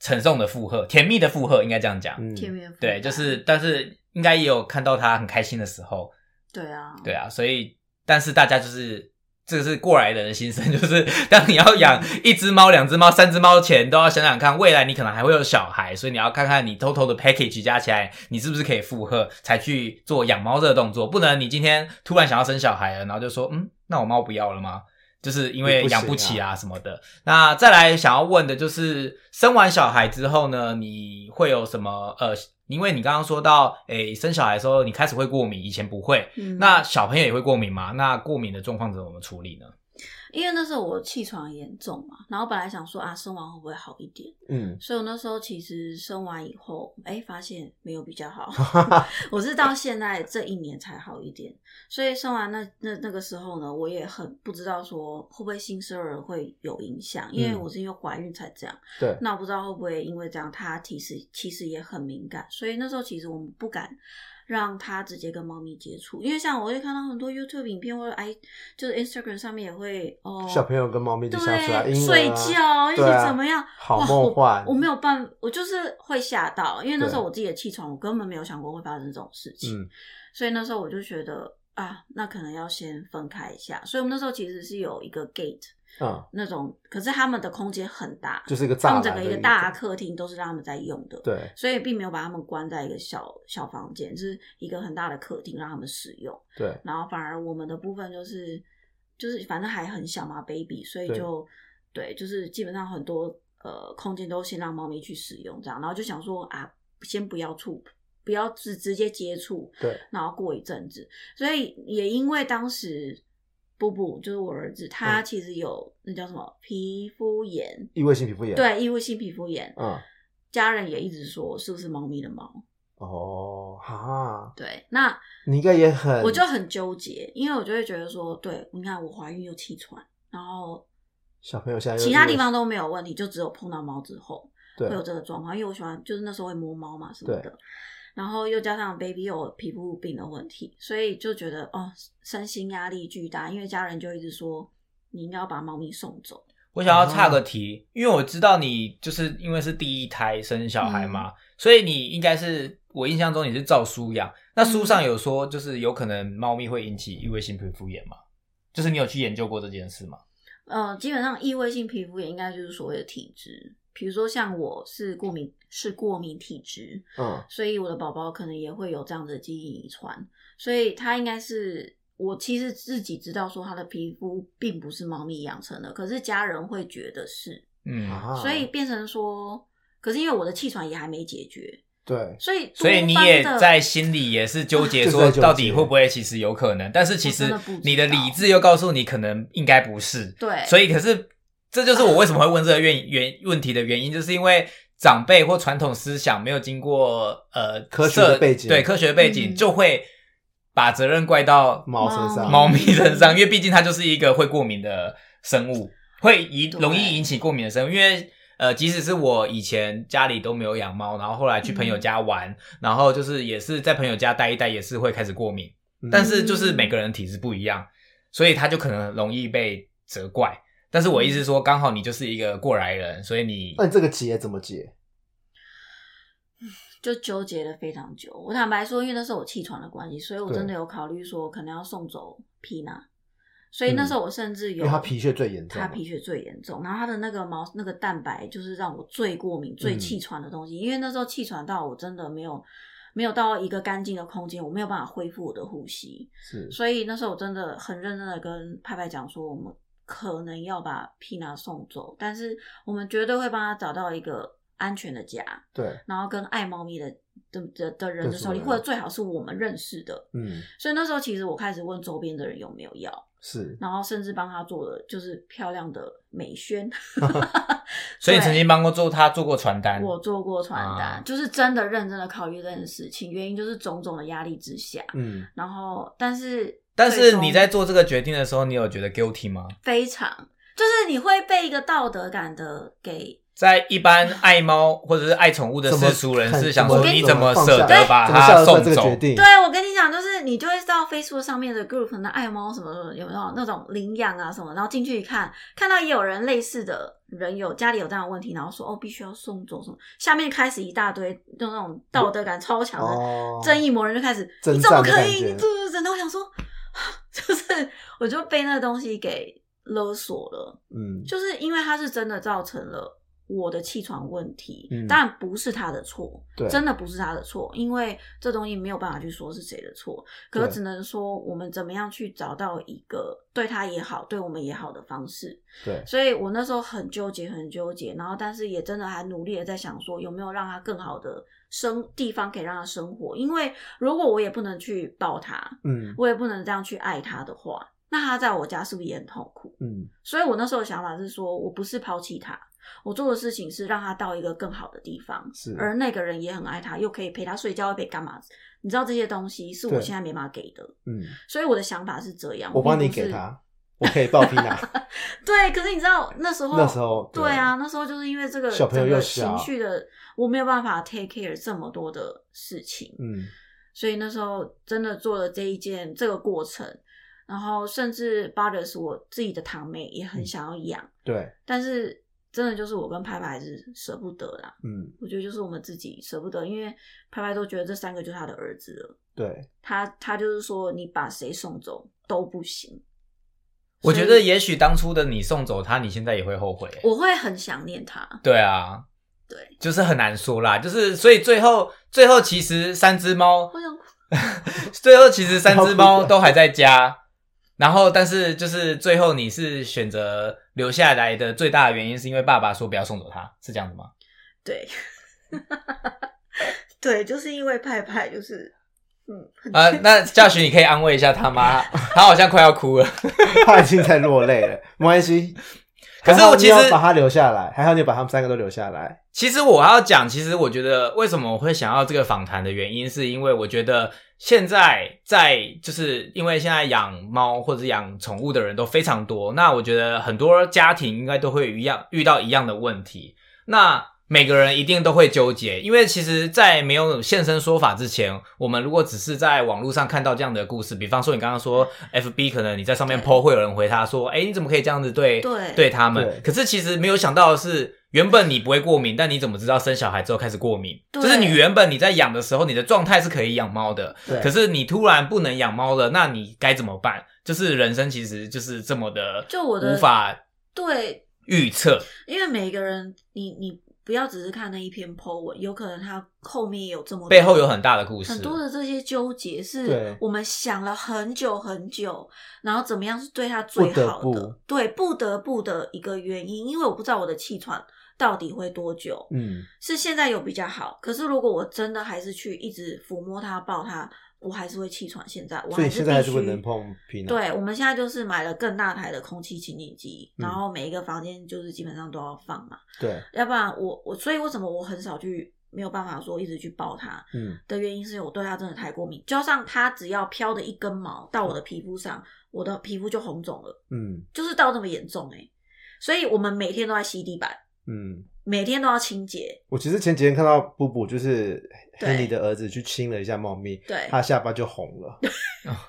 Speaker 1: 沉重的负荷，甜蜜的负荷，应该这样讲。
Speaker 2: 嗯，
Speaker 3: 天元
Speaker 1: 对，就是但是应该也有看到他很开心的时候，
Speaker 3: 对啊，
Speaker 1: 对啊，所以但是大家就是。这个是过来人的心声， 就是当你要养一只猫、两只猫、三只猫前，都要想想看，未来你可能还会有小孩，所以你要看看你偷偷的 package 加起来，你是不是可以负荷，才去做养猫这个动作。不能你今天突然想要生小孩了，然后就说，嗯，那我猫不要了吗？就是因为养不起啊什么的。那再来想要问的就是，生完小孩之后呢，你会有什么呃？因为你刚刚说到，诶、生小孩的时候你开始会过敏，以前不会，
Speaker 3: 嗯
Speaker 1: 那小朋友也会过敏吗？那过敏的状况怎么处理呢？
Speaker 3: 因为那时候我气喘严重嘛，然后本来想说啊，生完会不会好一点？
Speaker 2: 嗯，
Speaker 3: 所以我那时候其实生完以后，哎、发现没有比 较好，我是到现在这一年才好一点。所以生完那那那个时候呢，我也很不知道说会不会新生儿会有影响，因为
Speaker 2: 嗯
Speaker 3: 我是因为怀孕才这样。
Speaker 2: 对，
Speaker 3: 那我不知道会不会因为这样，他其实其实也很敏感，所以那时候其实我们不敢让他直接跟猫咪接触，因为像我会看到很多 YouTube 影片或者哎，就是 Instagram 上面也会哦，
Speaker 2: 小朋友跟猫咪一起相处啊，
Speaker 3: 对
Speaker 2: 婴儿
Speaker 3: 睡
Speaker 2: 啊
Speaker 3: 觉一起
Speaker 2: 对啊
Speaker 3: 怎么样，
Speaker 2: 好
Speaker 3: 哇
Speaker 2: 梦幻
Speaker 3: 我，我没有办法，我就是会吓到，因为那时候
Speaker 2: 对
Speaker 3: 我自己的气喘，我根本没有想过会发生这种事情，
Speaker 2: 嗯，
Speaker 3: 所以那时候我就觉得啊，那可能要先分开一下，所以我们那时候其实是有一个 gate
Speaker 2: 嗯，
Speaker 3: 那种，可是他们的空间很大，
Speaker 2: 就是一个
Speaker 3: 他
Speaker 2: 栅栏
Speaker 3: 们
Speaker 2: 的
Speaker 3: 整个一个大客厅都是让他们在用的，
Speaker 2: 对
Speaker 3: 所以并没有把他们关在一个小小房间，就是一个很大的客厅让他们使用。
Speaker 2: 对，
Speaker 3: 然后反而我们的部分就是就是反正还很小嘛，baby，所以
Speaker 2: 对
Speaker 3: 就对就是基本上很多呃空间都先让猫咪去使用这样，然后就想说啊，先不要触，不要直直接接触，
Speaker 2: 对，
Speaker 3: 然后过一阵子，所以也因为当时。布布就是我儿子，他
Speaker 2: 嗯
Speaker 3: 其实有那叫什么皮肤炎，
Speaker 2: 异位性皮肤炎，，
Speaker 3: 对，异位性皮肤炎。
Speaker 2: 嗯，
Speaker 3: 家人也一直说是不是猫咪的猫？
Speaker 2: 哦，哈，
Speaker 3: 对，那
Speaker 2: 你应该也很，
Speaker 3: 我就很纠结，因为我就会觉得说，对，你看我怀孕又气喘，然后
Speaker 2: 小朋友现在又
Speaker 3: 其他地
Speaker 2: 又
Speaker 3: 方都没有问题，就只有碰到猫之后
Speaker 2: 对
Speaker 3: 会有这个状况。因为我喜欢就是那时候会摸猫嘛什么
Speaker 2: 对
Speaker 3: 的，然后又加上 baby 又有皮肤病的问题，所以就觉得哦，身心压力巨大，因为家人就一直说你应该要把猫咪送走。
Speaker 1: 我想要岔
Speaker 3: 哦
Speaker 1: 个题，因为我知道你就是因为是第一胎生小孩嘛，
Speaker 3: 嗯
Speaker 1: 所以你应该是我印象中你是照书养。
Speaker 3: 嗯
Speaker 1: 那书上有说，就是有可能猫咪会引起异位性皮肤炎嘛？就是你有去研究过这件事吗？
Speaker 3: 呃，基本上异位性皮肤炎应该就是所谓的体质。比如说像我是过敏，是过敏体质，
Speaker 2: 嗯
Speaker 3: 所以我的宝宝可能也会有这样的基因遗传，所以他应该是我其实自己知道说他的皮肤并不是猫咪养成的，可是家人会觉得是，
Speaker 1: 嗯，
Speaker 2: 啊，
Speaker 3: 所以变成说，可是因为我的气喘也还没解决，
Speaker 2: 对
Speaker 3: 所以
Speaker 1: 所以你
Speaker 3: 多方
Speaker 1: 也
Speaker 3: 的
Speaker 1: 在心里也是纠结， 说到底会不会其实有可能，但是其
Speaker 3: 我
Speaker 1: 实
Speaker 3: 真的不知道
Speaker 1: 你的理智又告诉你可能应该不是，
Speaker 3: 对，
Speaker 1: 所以可是这就是我为什么会问这个原原问题的原因，就是因为长辈或传统思想没有经过呃
Speaker 2: 科学的
Speaker 1: 社
Speaker 2: 背景
Speaker 1: 对科学背景
Speaker 3: 嗯
Speaker 1: 就会把责任怪到
Speaker 2: 猫身 上，
Speaker 1: 猫咪身上，因为毕竟它就是一个会过敏的生物，会引
Speaker 3: 对
Speaker 1: 容易引起过敏的生物。因为呃，即使是我以前家里都没有养猫，然后后来去朋友家玩，然后就是也是在朋友家待一待，也是会开始过敏。
Speaker 2: 嗯
Speaker 1: 但是就是每个人体质不一样，所以它就可能容易被责怪。但是我意思是说，刚好你就是一个过来人，所以你
Speaker 2: 那你这个结怎么结？
Speaker 3: 就纠结了非常久。我坦白说，因为那时候我气喘的关系，所以我
Speaker 2: 对
Speaker 3: 真的有考虑说可能要送走皮娜。所以那时候我甚至
Speaker 2: 嗯因
Speaker 3: 有、
Speaker 2: 为它皮屑最严重
Speaker 3: 它
Speaker 2: 嘛，
Speaker 3: 皮屑最严重，然后它的那个毛那个蛋白就是让我最过敏、最
Speaker 2: 嗯
Speaker 3: 气喘的东西。因为那时候气喘到我真的没有没有到一个干净的空间，我没有办法恢复我的呼吸。
Speaker 2: 是
Speaker 3: 所以那时候我真的很认真的跟派派讲说，我们可能要把皮娜送走，但是我们绝对会帮他找到一个安全的家。
Speaker 2: 对，
Speaker 3: 然后跟爱猫咪的的的的人
Speaker 2: 认
Speaker 3: 的
Speaker 2: 识
Speaker 3: 手里，
Speaker 2: 的人
Speaker 3: 或者最好是我们认识的。
Speaker 2: 嗯，
Speaker 3: 所以那时候其实我开始问周边的人有没有要，
Speaker 2: 是
Speaker 3: 然后甚至帮他做了就是漂亮的美宣。
Speaker 1: 所以你曾经帮过做他做过传单，
Speaker 3: 我做过传单，
Speaker 1: 啊
Speaker 3: 就是真的认真的考虑这件事情，原因就是种种的压力之下。
Speaker 2: 嗯，
Speaker 3: 然后，但是
Speaker 1: 但
Speaker 3: 最
Speaker 1: 是
Speaker 3: 终
Speaker 1: 你在做这个决定的时候，你有觉得 guilty 吗？
Speaker 3: 非常，就是你会被一个道德感的给
Speaker 1: 在一般爱猫或者是爱宠物的世俗人是想说，你怎么舍得把它
Speaker 2: 它
Speaker 1: 送
Speaker 2: 这个
Speaker 1: 走
Speaker 2: 决？定？
Speaker 3: 对，我跟你讲，就是你就会到 Facebook 上面的 group，那爱猫什么的，有没有那种领养啊什么，然后进去一看，看到也有人类似的人有家里有这样的问题，然后说哦必须要送走什么，下面开始一大堆就那种道德感超强的、
Speaker 2: 哦，
Speaker 3: 正义魔人就开始，
Speaker 2: 征
Speaker 3: 你怎么
Speaker 2: 战的
Speaker 3: 可
Speaker 2: 感
Speaker 3: 以？
Speaker 2: 觉
Speaker 3: 你对对对，然后我想说， 就是我就被那个东西给勒索了。
Speaker 2: 嗯，
Speaker 3: 就是因为他是真的造成了我的气喘问题，
Speaker 2: 嗯
Speaker 3: 当然不是他的错
Speaker 2: 对，
Speaker 3: 真的不是他的错，因为这东西没有办法去说是谁的错，可
Speaker 2: 对
Speaker 3: 是只能说我们怎么样去找到一个对他也好，对我们也好的方式。
Speaker 2: 对，
Speaker 3: 所以我那时候很纠结，很纠结，然后但是也真的还努力的在想说有没有让他更好的生地方可以让他生活，因为如果我也不能去抱他，
Speaker 2: 嗯
Speaker 3: 我也不能这样去爱他的话，那他在我家是不是也很痛苦？
Speaker 2: 嗯，
Speaker 3: 所以我那时候的想法是说，我不是抛弃他，我做的事情是让他到一个更好的地方，
Speaker 2: 是
Speaker 3: 而那个人也很爱他，又可以陪他睡觉，又可以干嘛？你知道这些东西是我
Speaker 2: 对
Speaker 3: 现在没办法给的，
Speaker 2: 嗯，
Speaker 3: 所以我的想法是这样。
Speaker 2: 我帮你
Speaker 3: 嗯并不是
Speaker 2: 给。他，我可以抱皮娜。
Speaker 3: 对，可是你知道那时候，
Speaker 2: 那时候
Speaker 3: 对啊，，那时候就是因为这个
Speaker 2: 小朋友
Speaker 3: 整个
Speaker 2: 又小
Speaker 3: 情绪的，我没有办法 take care 这么多的事情，
Speaker 2: 嗯，
Speaker 3: 所以那时候真的做了这一件这个过程，然后甚至 b o t h e r s 我自己的堂妹也
Speaker 2: 嗯
Speaker 3: 很想要养。
Speaker 2: 对，
Speaker 3: 但是真的就是我跟拍拍还是舍不得啦。
Speaker 2: 嗯
Speaker 3: 我觉得就是我们自己舍不得，因为拍拍都觉得这三个就是他的儿子了。
Speaker 2: 对，
Speaker 3: 他他就是说，你把谁送走都不行。
Speaker 1: 我觉
Speaker 3: 所
Speaker 1: 得
Speaker 3: 以
Speaker 1: 也许当初的你送走它，你现在也会后悔。
Speaker 3: 我会很想念他。
Speaker 1: 对啊，
Speaker 3: 对，
Speaker 1: 就是很难说啦。就是所以最后最后其实三只猫，
Speaker 3: 我想哭，
Speaker 1: 最后其实三只猫都还在家。然后，但是就是最后你是选择留下来的最大的原因，是因为爸爸说不要送走它，是这样子吗？
Speaker 3: 对，对，就是因为派派 就是嗯，很
Speaker 1: 啊、那嘉许你可以安慰一下他吗？他好像快要哭了。
Speaker 2: 他已经在落泪了，没关系。
Speaker 1: 可是
Speaker 2: 还好
Speaker 1: 我
Speaker 2: 你
Speaker 1: 其实
Speaker 2: 要把他留下来，还好你把他们三个都留下来。
Speaker 1: 其实我要讲，其实我觉得为什么我会想要这个访谈的原因，是因为我觉得现在在就是因为现在养猫或者是养宠物的人都非常多，那我觉得很多家庭应该都会一样遇到一样的问题。那每个人一定都会纠结，因为其实，在没有现身说法之前，我们如果只是在网络上看到这样的故事，比方说你刚刚说 F B，可能你在上面
Speaker 3: 对
Speaker 1: PO 会有人回他说：“哎，你怎么可以这样子对
Speaker 3: 对
Speaker 1: 对他们
Speaker 2: 对。
Speaker 1: 可是其实没有想到的是，原本你不会过敏，但你怎么知道生小孩之后开始过敏？
Speaker 3: 对
Speaker 1: 就是你原本你在养的时候，你的状态是可以养猫的，
Speaker 2: 对，
Speaker 1: 可是你突然不能养猫了，那你该怎么办？就是人生其实就是这么的，
Speaker 3: 就我的
Speaker 1: 无法
Speaker 3: 对，
Speaker 1: 预测。
Speaker 3: 因为每个人你你不要只是看那一篇 po 文，有可能它后面也有这么多
Speaker 1: 背后有很大的故事，
Speaker 3: 很多的这些纠结，是
Speaker 2: 对
Speaker 3: 我们想了很久很久，然后怎么样是对他最好
Speaker 2: 不
Speaker 3: 的，
Speaker 2: 得不
Speaker 3: 对不得不的一个原因，因为我不知道我的气喘到底会多久，
Speaker 2: 嗯，
Speaker 3: 是现在有比较好，可是如果我真的还是去一直抚摸它、抱它，我还是会气喘。现在我
Speaker 2: 所以现在还
Speaker 3: 必
Speaker 2: 是
Speaker 3: 须
Speaker 2: 不能碰啊皮囊。
Speaker 3: 对，我们现在就是买了更大台的空气清净机，
Speaker 2: 嗯
Speaker 3: 然后每一个房间就是基本上都要放嘛，
Speaker 2: 对，
Speaker 3: 要不然我我所以为什么我很少去没有办法说一直去抱它，
Speaker 2: 嗯，
Speaker 3: 的原因是我对它真的太过敏，加上它只要飘的一根毛到我的皮肤上，我的皮肤就红肿了，
Speaker 2: 嗯，
Speaker 3: 就是到这么严重哎、所以我们每天都在吸地板，
Speaker 2: 嗯。
Speaker 3: 每天都要清洁，
Speaker 2: 我其实前几天看到布布，就是
Speaker 3: 对
Speaker 2: Henry 的儿子去亲了一下猫咪，
Speaker 3: 对
Speaker 2: 他下巴就红 了，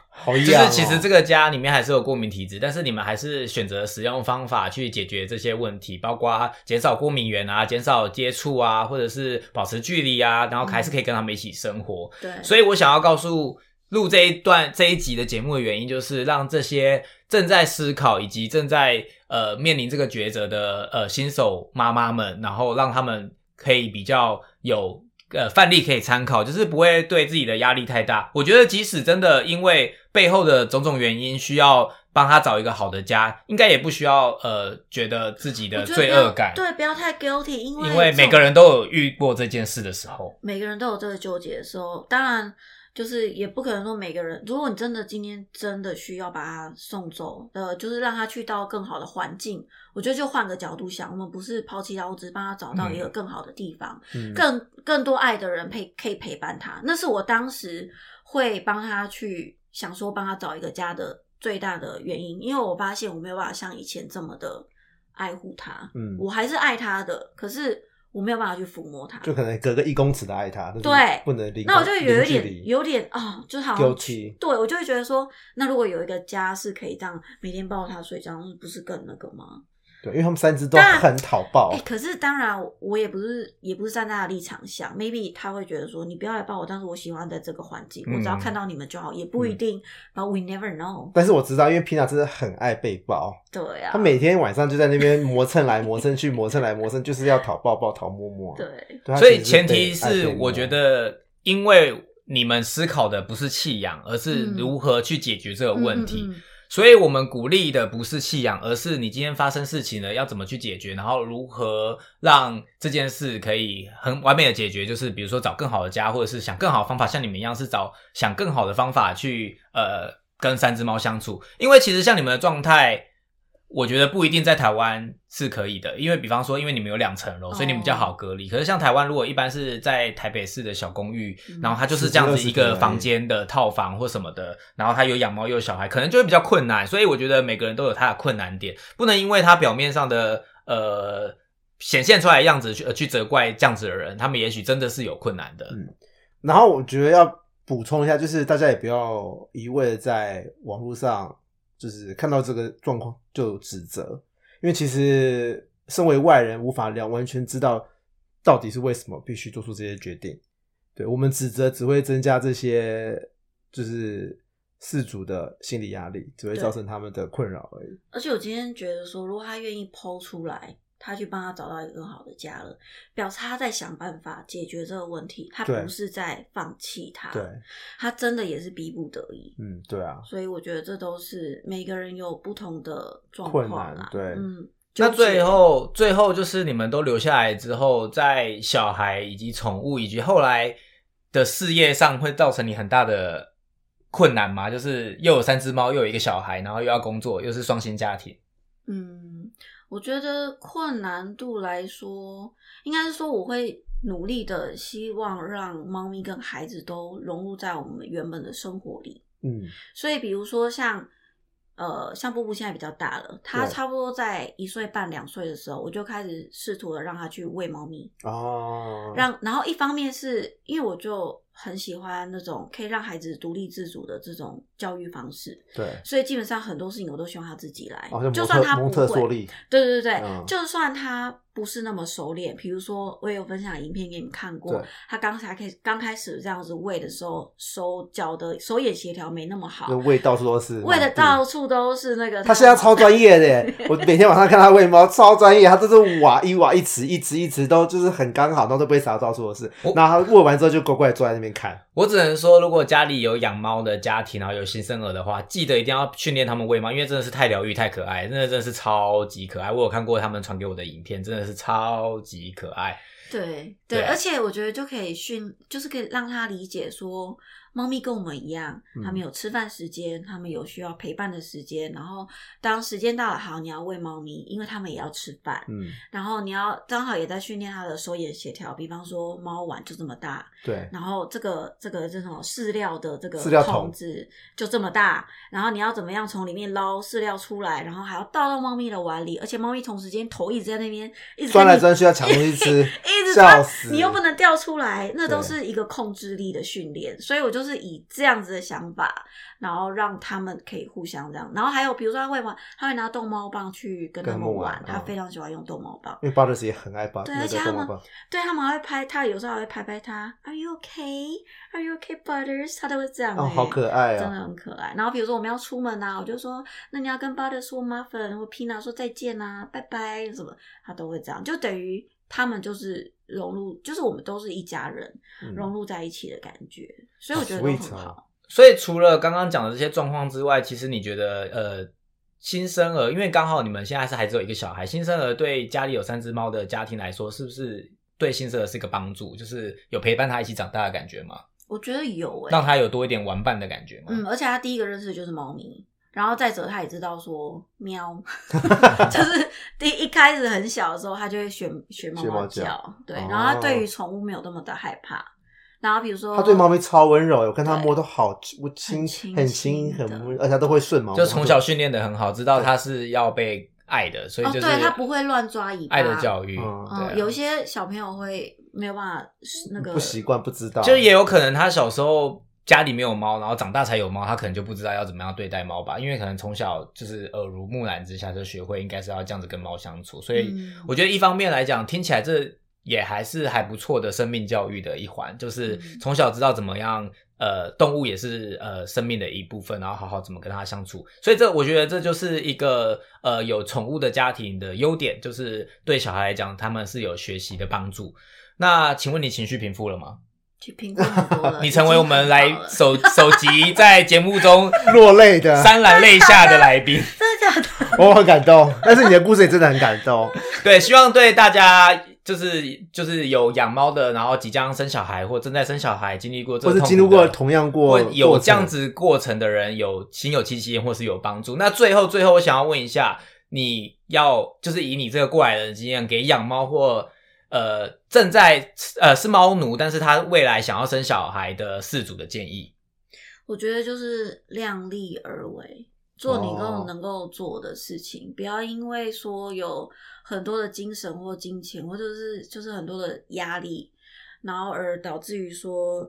Speaker 2: 好
Speaker 1: 就
Speaker 2: 痒、哦。
Speaker 1: 是其实这个家里面还是有过敏体质，但是你们还是选择使用方法去解决这些问题，包括减少过敏源啊、减少接触啊，或者是保持距离啊，然后还是可以跟他们一起生活。
Speaker 3: 对，
Speaker 1: 所以我想要告诉录这一段这一集的节目的原因，就是让这些正在思考以及正在呃面临这个抉择的呃新手妈妈们，然后让他们可以比较有。呃，范例可以参考，就是不会对自己的压力太大。我觉得，即使真的因为背后的种种原因，需要帮他找一个好的家，应该也不需要呃觉得自己的
Speaker 3: 我觉得
Speaker 1: 罪
Speaker 3: 不要
Speaker 1: 恶感，
Speaker 3: 对，不要太 guilty，因为
Speaker 1: 因为
Speaker 3: 这
Speaker 1: 每
Speaker 3: 种
Speaker 1: 个人都有遇过这件事的时候。
Speaker 3: 每个人都有这个纠结的时候，当然就是也不可能说每个人，如果你真的今天真的需要把他送走，呃，就是让他去到更好的环境，我觉得就换个角度想，我们不是抛弃他，我只是帮他找到
Speaker 1: 嗯
Speaker 3: 一个更好的地方，
Speaker 2: 嗯
Speaker 3: 更更多爱的人陪可以陪伴他，那是我当时会帮他去想说帮他找一个家的最大的原因，因为我发现我没有办法像以前这么的爱护他，
Speaker 2: 嗯，
Speaker 3: 我还是爱他的，可是我没有办法去抚摸他，
Speaker 2: 就可能隔个一公尺的爱他，但是
Speaker 3: 对
Speaker 2: 不能零。
Speaker 3: 那我就有一
Speaker 2: 零距离
Speaker 3: 点有点啊、哦，就是好像
Speaker 2: guilty
Speaker 3: 对我就会觉得说，那如果有一个家是可以这样每天抱他睡觉，那不是更那个吗？
Speaker 2: 对，因为他们三只都
Speaker 3: 当然
Speaker 2: 很讨抱
Speaker 3: 哎、，可是当然，我也不是也不是站在他的立场想，maybe 他会觉得说，你不要来抱我，但是我喜欢在这个环境，
Speaker 1: 嗯
Speaker 3: 我只要看到你们就好，也不一定。But we never know，
Speaker 2: 但是我知道，因为皮娜真的很爱被抱，
Speaker 3: 对啊呀、
Speaker 2: 她每天晚上就在那边磨蹭来磨蹭去，磨蹭来磨蹭，就是要讨抱抱、讨摸摸。
Speaker 3: 对
Speaker 2: 对，她
Speaker 1: 所以
Speaker 2: 其实
Speaker 1: 前提
Speaker 2: 被爱
Speaker 1: 是
Speaker 2: 被，摸
Speaker 1: 我觉得，因为你们思考的不是弃养，而是如何去解决这个问题。
Speaker 3: 嗯嗯嗯嗯
Speaker 1: 所以我们鼓励的不是弃养，而是你今天发生事情了，要怎么去解决，然后如何让这件事可以很完美的解决，就是比如说找更好的家，或者是想更好的方法，像你们一样是找想更好的方法去呃跟三只猫相处，因为其实像你们的状态。我觉得不一定在台湾是可以的，因为比方说，因为你们有两层楼，所以你们比较好隔离。可是像台湾，如果一般是在台北市的小公寓，
Speaker 3: 嗯
Speaker 1: 然后它就是这样子一个房间的套房或什么的，然后它有养猫又有小孩，可能就会比较困难。所以我觉得每个人都有他的困难点，不能因为他表面上的呃显现出来的样子去、呃、去责怪这样子的人，他们也许真的是有困难的。
Speaker 2: 嗯然后我觉得要补充一下，就是大家也不要一味的在网络上就是看到这个状况就指责，因为其实身为外人无法了完全知道到底是为什么必须做出这些决定。对我们指责只会增加这些就是事主的心理压力，只会
Speaker 3: 对
Speaker 2: 造成他们的困扰而已。
Speaker 3: 而且我今天觉得说，如果他愿意剖出来，他去帮他找到一个更好的家了，表示他在想办法解决这个问题，他
Speaker 2: 对
Speaker 3: 不是在放弃他，
Speaker 2: 对，
Speaker 3: 他真的也是逼不得已。
Speaker 2: 嗯，对啊。
Speaker 3: 所以我觉得这都是每个人有不同的状
Speaker 2: 困
Speaker 3: 况
Speaker 2: 难
Speaker 3: 啦。
Speaker 2: 对
Speaker 3: 嗯，
Speaker 1: 那
Speaker 3: 纠结
Speaker 1: 最后，最后就是你们都留下来之后，在小孩以及宠物以及后来的事业上，会造成你很大的困难吗？就是又有三只猫，又有一个小孩，然后又要工作，又是双薪家庭。
Speaker 3: 嗯，我觉得困难度来说，应该是说我会努力的，希望让猫咪跟孩子都融入在我们原本的生活里。
Speaker 2: 嗯，
Speaker 3: 所以，比如说像呃，像布布现在比较大了，他
Speaker 2: 对
Speaker 3: 差不多在一岁半、两岁的时候，我就开始试图的让他去喂猫咪，
Speaker 2: 哦，
Speaker 3: 让然后一方面是因为我就很喜欢那种可以让孩子独立自主的这种教育方式，
Speaker 2: 对，
Speaker 3: 所以基本上很多事情我都希望他自己来，
Speaker 2: 哦好像
Speaker 3: 就
Speaker 2: 蒙
Speaker 3: 算他
Speaker 2: 特
Speaker 3: 不
Speaker 2: 蒙特梭
Speaker 3: 会，
Speaker 2: 利，
Speaker 3: 对对对，
Speaker 2: 嗯
Speaker 3: 就算他不是那么熟练，比如说我也有分享影片给你们看过
Speaker 2: 对，
Speaker 3: 他刚才开刚开始这样子喂的时候，手脚的手眼协调没那么好
Speaker 2: 那，味到处都是，
Speaker 3: 喂的
Speaker 2: 嗯
Speaker 3: 到处都是那 个。啊
Speaker 2: 他现在超专业的耶， 我每天晚上看他喂猫，超专业，他这是瓦一瓦一池一池一池都就是很刚好，然后都不会撒到处都是
Speaker 1: 哦。
Speaker 2: 然后他喂完之后就乖乖地坐在那边看，
Speaker 1: 我只能说，如果家里有养猫的家庭，然后有新生儿的话，记得一定要训练他们喂猫，因为真的是太疗愈、太可爱，真的真的是超级可爱。我有看过他们传给我的影片，真的是超级可爱。
Speaker 3: 对
Speaker 1: 对
Speaker 3: 对，而且我觉得就可以训，就是可以让他理解说，猫咪跟我们一样，
Speaker 2: 嗯
Speaker 3: 它们有吃饭时间，它们有需要陪伴的时间。然后当时间到了，好，你要喂猫咪，因为它们也要吃饭。
Speaker 2: 嗯，
Speaker 3: 然后你要刚好也在训练它的手眼协调，比方说猫碗就这么大，
Speaker 2: 对，
Speaker 3: 然后这个这个这种饲料的这个
Speaker 2: 饲料桶
Speaker 3: 桶子就这么大，然后你要怎么样从里面捞饲料出来，然后还要倒到猫咪的碗里，而且猫咪同时间头一直在那边一直
Speaker 2: 钻
Speaker 3: 跟
Speaker 2: 来
Speaker 3: 你，
Speaker 2: 钻去要抢东西吃
Speaker 3: 一直
Speaker 2: 笑
Speaker 3: 抓
Speaker 2: 死，
Speaker 3: 你又不能掉出来，那都
Speaker 2: 对
Speaker 3: 是一个控制力的训练。所以我就是以这样子的想法，然后让他们可以互相这样。然后还有比如说他会玩，他会拿逗猫棒去跟
Speaker 2: 跟他
Speaker 3: 他们
Speaker 2: 们
Speaker 3: 玩，
Speaker 2: 玩
Speaker 3: 他
Speaker 2: 嗯
Speaker 3: 非常喜欢用逗猫棒。
Speaker 2: 因为 Butters 也很爱 Butters，
Speaker 3: 对啊
Speaker 2: 那
Speaker 3: 而且
Speaker 2: 个
Speaker 3: 他
Speaker 2: 逗
Speaker 3: 们
Speaker 2: 猫棒，
Speaker 3: 对他们还会拍他，有时候还会拍拍他，Are you okay? Are you okay, Butters？他都会这样、欸。
Speaker 2: 哦，好可爱
Speaker 3: 真的
Speaker 2: 哦，
Speaker 3: 很可爱。然后比如说我们要出门啊，我就说，那你要跟 Butter 说 muffin 或 Pina 说再见啊，拜拜什么，他都会这样，就等于他们就是融入，就是我们都是一家人，
Speaker 2: 嗯
Speaker 3: 融入在一起的感觉，所以我觉得都
Speaker 2: Sweet
Speaker 3: 很
Speaker 2: 哦
Speaker 3: 好。
Speaker 1: 所以除了刚刚讲的这些状况之外，其实你觉得呃，新生儿，因为刚好你们现在是还只有一个小孩，新生儿对家里有三只猫的家庭来说，是不是对新生儿是一个帮助？就是有陪伴他一起长大的感觉吗？
Speaker 3: 我觉得有哎、
Speaker 1: 让他有多一点玩伴的感觉吗？
Speaker 3: 嗯，而且他第一个认识的就是猫咪。然后再者，他也知道说 喵，就是第一开始很小的时候，他就会学学猫
Speaker 2: 学猫
Speaker 3: 猫
Speaker 2: 叫
Speaker 3: 叫，对。
Speaker 2: 哦
Speaker 3: 然后他对于宠物没有那么的害怕。然后比如说，
Speaker 2: 他对猫咪超温柔，我看他摸都好
Speaker 3: 很
Speaker 2: 轻，
Speaker 3: 轻
Speaker 2: 很轻，
Speaker 3: 轻
Speaker 2: 很
Speaker 3: 的
Speaker 2: 温，而且他都会顺毛，
Speaker 1: 就从小训练的很好，知道他是要被爱的，所以就是
Speaker 3: 哦对他不会乱抓尾巴
Speaker 1: 爱的教育，
Speaker 2: 嗯
Speaker 1: 对啊
Speaker 3: 嗯，有一些小朋友会没有办法那个
Speaker 2: 不习惯，不知道，
Speaker 1: 就也有可能他小时候家里没有猫，然后长大才有猫，他可能就不知道要怎么样对待猫吧，因为可能从小就是耳濡目染之下就学会应该是要这样子跟猫相处，所以
Speaker 3: 嗯
Speaker 1: 我觉得一方面来讲，听起来这也还是还不错的生命教育的一环，就是
Speaker 3: 嗯
Speaker 1: 从小知道怎么样。呃，动物也是呃生命的一部分，然后好好怎么跟它相处，所以这我觉得这就是一个呃有宠物的家庭的优点，就是对小孩来讲他们是有学习的帮助。那请问你情绪平复了吗？
Speaker 3: 去评估很多了，
Speaker 1: 你成为我们来
Speaker 3: 呃已经很好了
Speaker 1: 首首集在节目 中
Speaker 2: 落泪的，
Speaker 1: 潸然泪下的来宾。
Speaker 3: 真的假的？
Speaker 2: 我很感动，但是你的故事也真的很感 动，
Speaker 1: 对，希望对大家就是就是有养猫的，然后即将生小孩或正在生小孩，经历过这
Speaker 2: 或
Speaker 1: 个
Speaker 2: 是
Speaker 1: 痛苦
Speaker 2: 经历过
Speaker 1: 的
Speaker 2: 同样过
Speaker 1: 或有
Speaker 2: 过
Speaker 1: 这样
Speaker 2: 程
Speaker 1: 子过程的人，有心有戚戚焉或是有帮助。那最后最后，我想要问一下，你要就是以你这个过来人的经验，给养猫或呃正在呃是猫奴，但是他未来想要生小孩的饲主的建议。
Speaker 3: 我觉得就是量力而为，做你
Speaker 2: 哦
Speaker 3: 够能够做的事情，不要因为说有很多的精神或金钱，或者是就是很多的压力，然后而导致于说，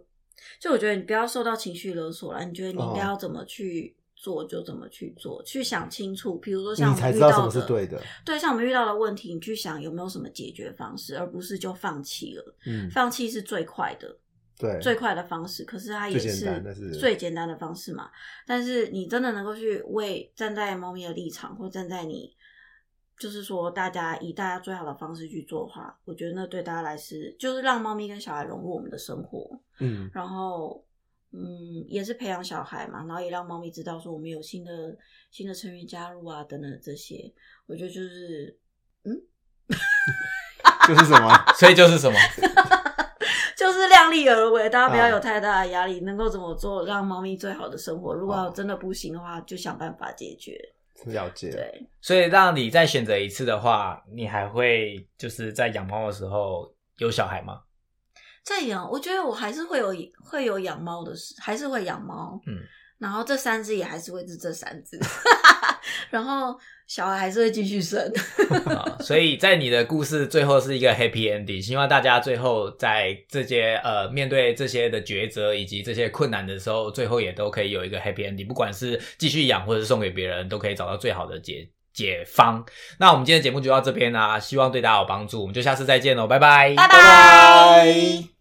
Speaker 3: 就我觉得你不要受到情绪勒索了，你觉得你应该
Speaker 2: 哦
Speaker 3: 要怎么去做就怎么去做，去想清楚。比如说
Speaker 2: 你
Speaker 3: 像我们
Speaker 2: 才
Speaker 3: 遇
Speaker 2: 知
Speaker 3: 到
Speaker 2: 道
Speaker 3: 的，
Speaker 2: 什么是对的，
Speaker 3: 对，像我们遇到的问题，你去想有没有什么解决方式，而不是就放弃了。
Speaker 2: 嗯，
Speaker 3: 放弃是最快的，
Speaker 2: 对，
Speaker 3: 最快的方式，可是它也
Speaker 2: 最简
Speaker 3: 是
Speaker 2: 单但是
Speaker 3: 最简单的方式嘛。但是你真的能够去为站在猫咪的立场，或站在你，就是说大家以大家最好的方式去做的话，我觉得那对大家来是就是让猫咪跟小孩融入我们的生活，
Speaker 2: 嗯。
Speaker 3: 然后。嗯，也是培养小孩嘛，然后也让猫咪知道说我们有新的新的成员加入啊，等等这些，我觉得就是
Speaker 2: 就是什么？
Speaker 1: 所以就是什么？
Speaker 3: 就是量力而为，大家不要
Speaker 2: 啊
Speaker 3: 有太大的压力，能够怎么做让猫咪最好的生活。如
Speaker 2: 哦
Speaker 3: 果真的不行的话，就想办法解决。
Speaker 2: 了解，
Speaker 3: 对，
Speaker 1: 所以让你再选择一次的话，你还会就是在养猫的时候有小孩吗？
Speaker 3: 再养，我觉得我还是会有会有养猫的事，还是会养猫。
Speaker 1: 嗯，
Speaker 3: 然后这三只也还是会是这三只， 然后小孩还是会继续生。
Speaker 1: 啊，所以在你的故事最后是一个 happy ending，希望大家最后在这些呃面对这些的抉择以及这些困难的时候，最后也都可以有一个 happy ending，不管是继续养或者是送给别人，都可以找到最好的解解方。那我们今天啊的节目就到这边啦、希望对大家有帮助，我们就下次再见喽，拜拜，
Speaker 3: 拜
Speaker 2: 拜。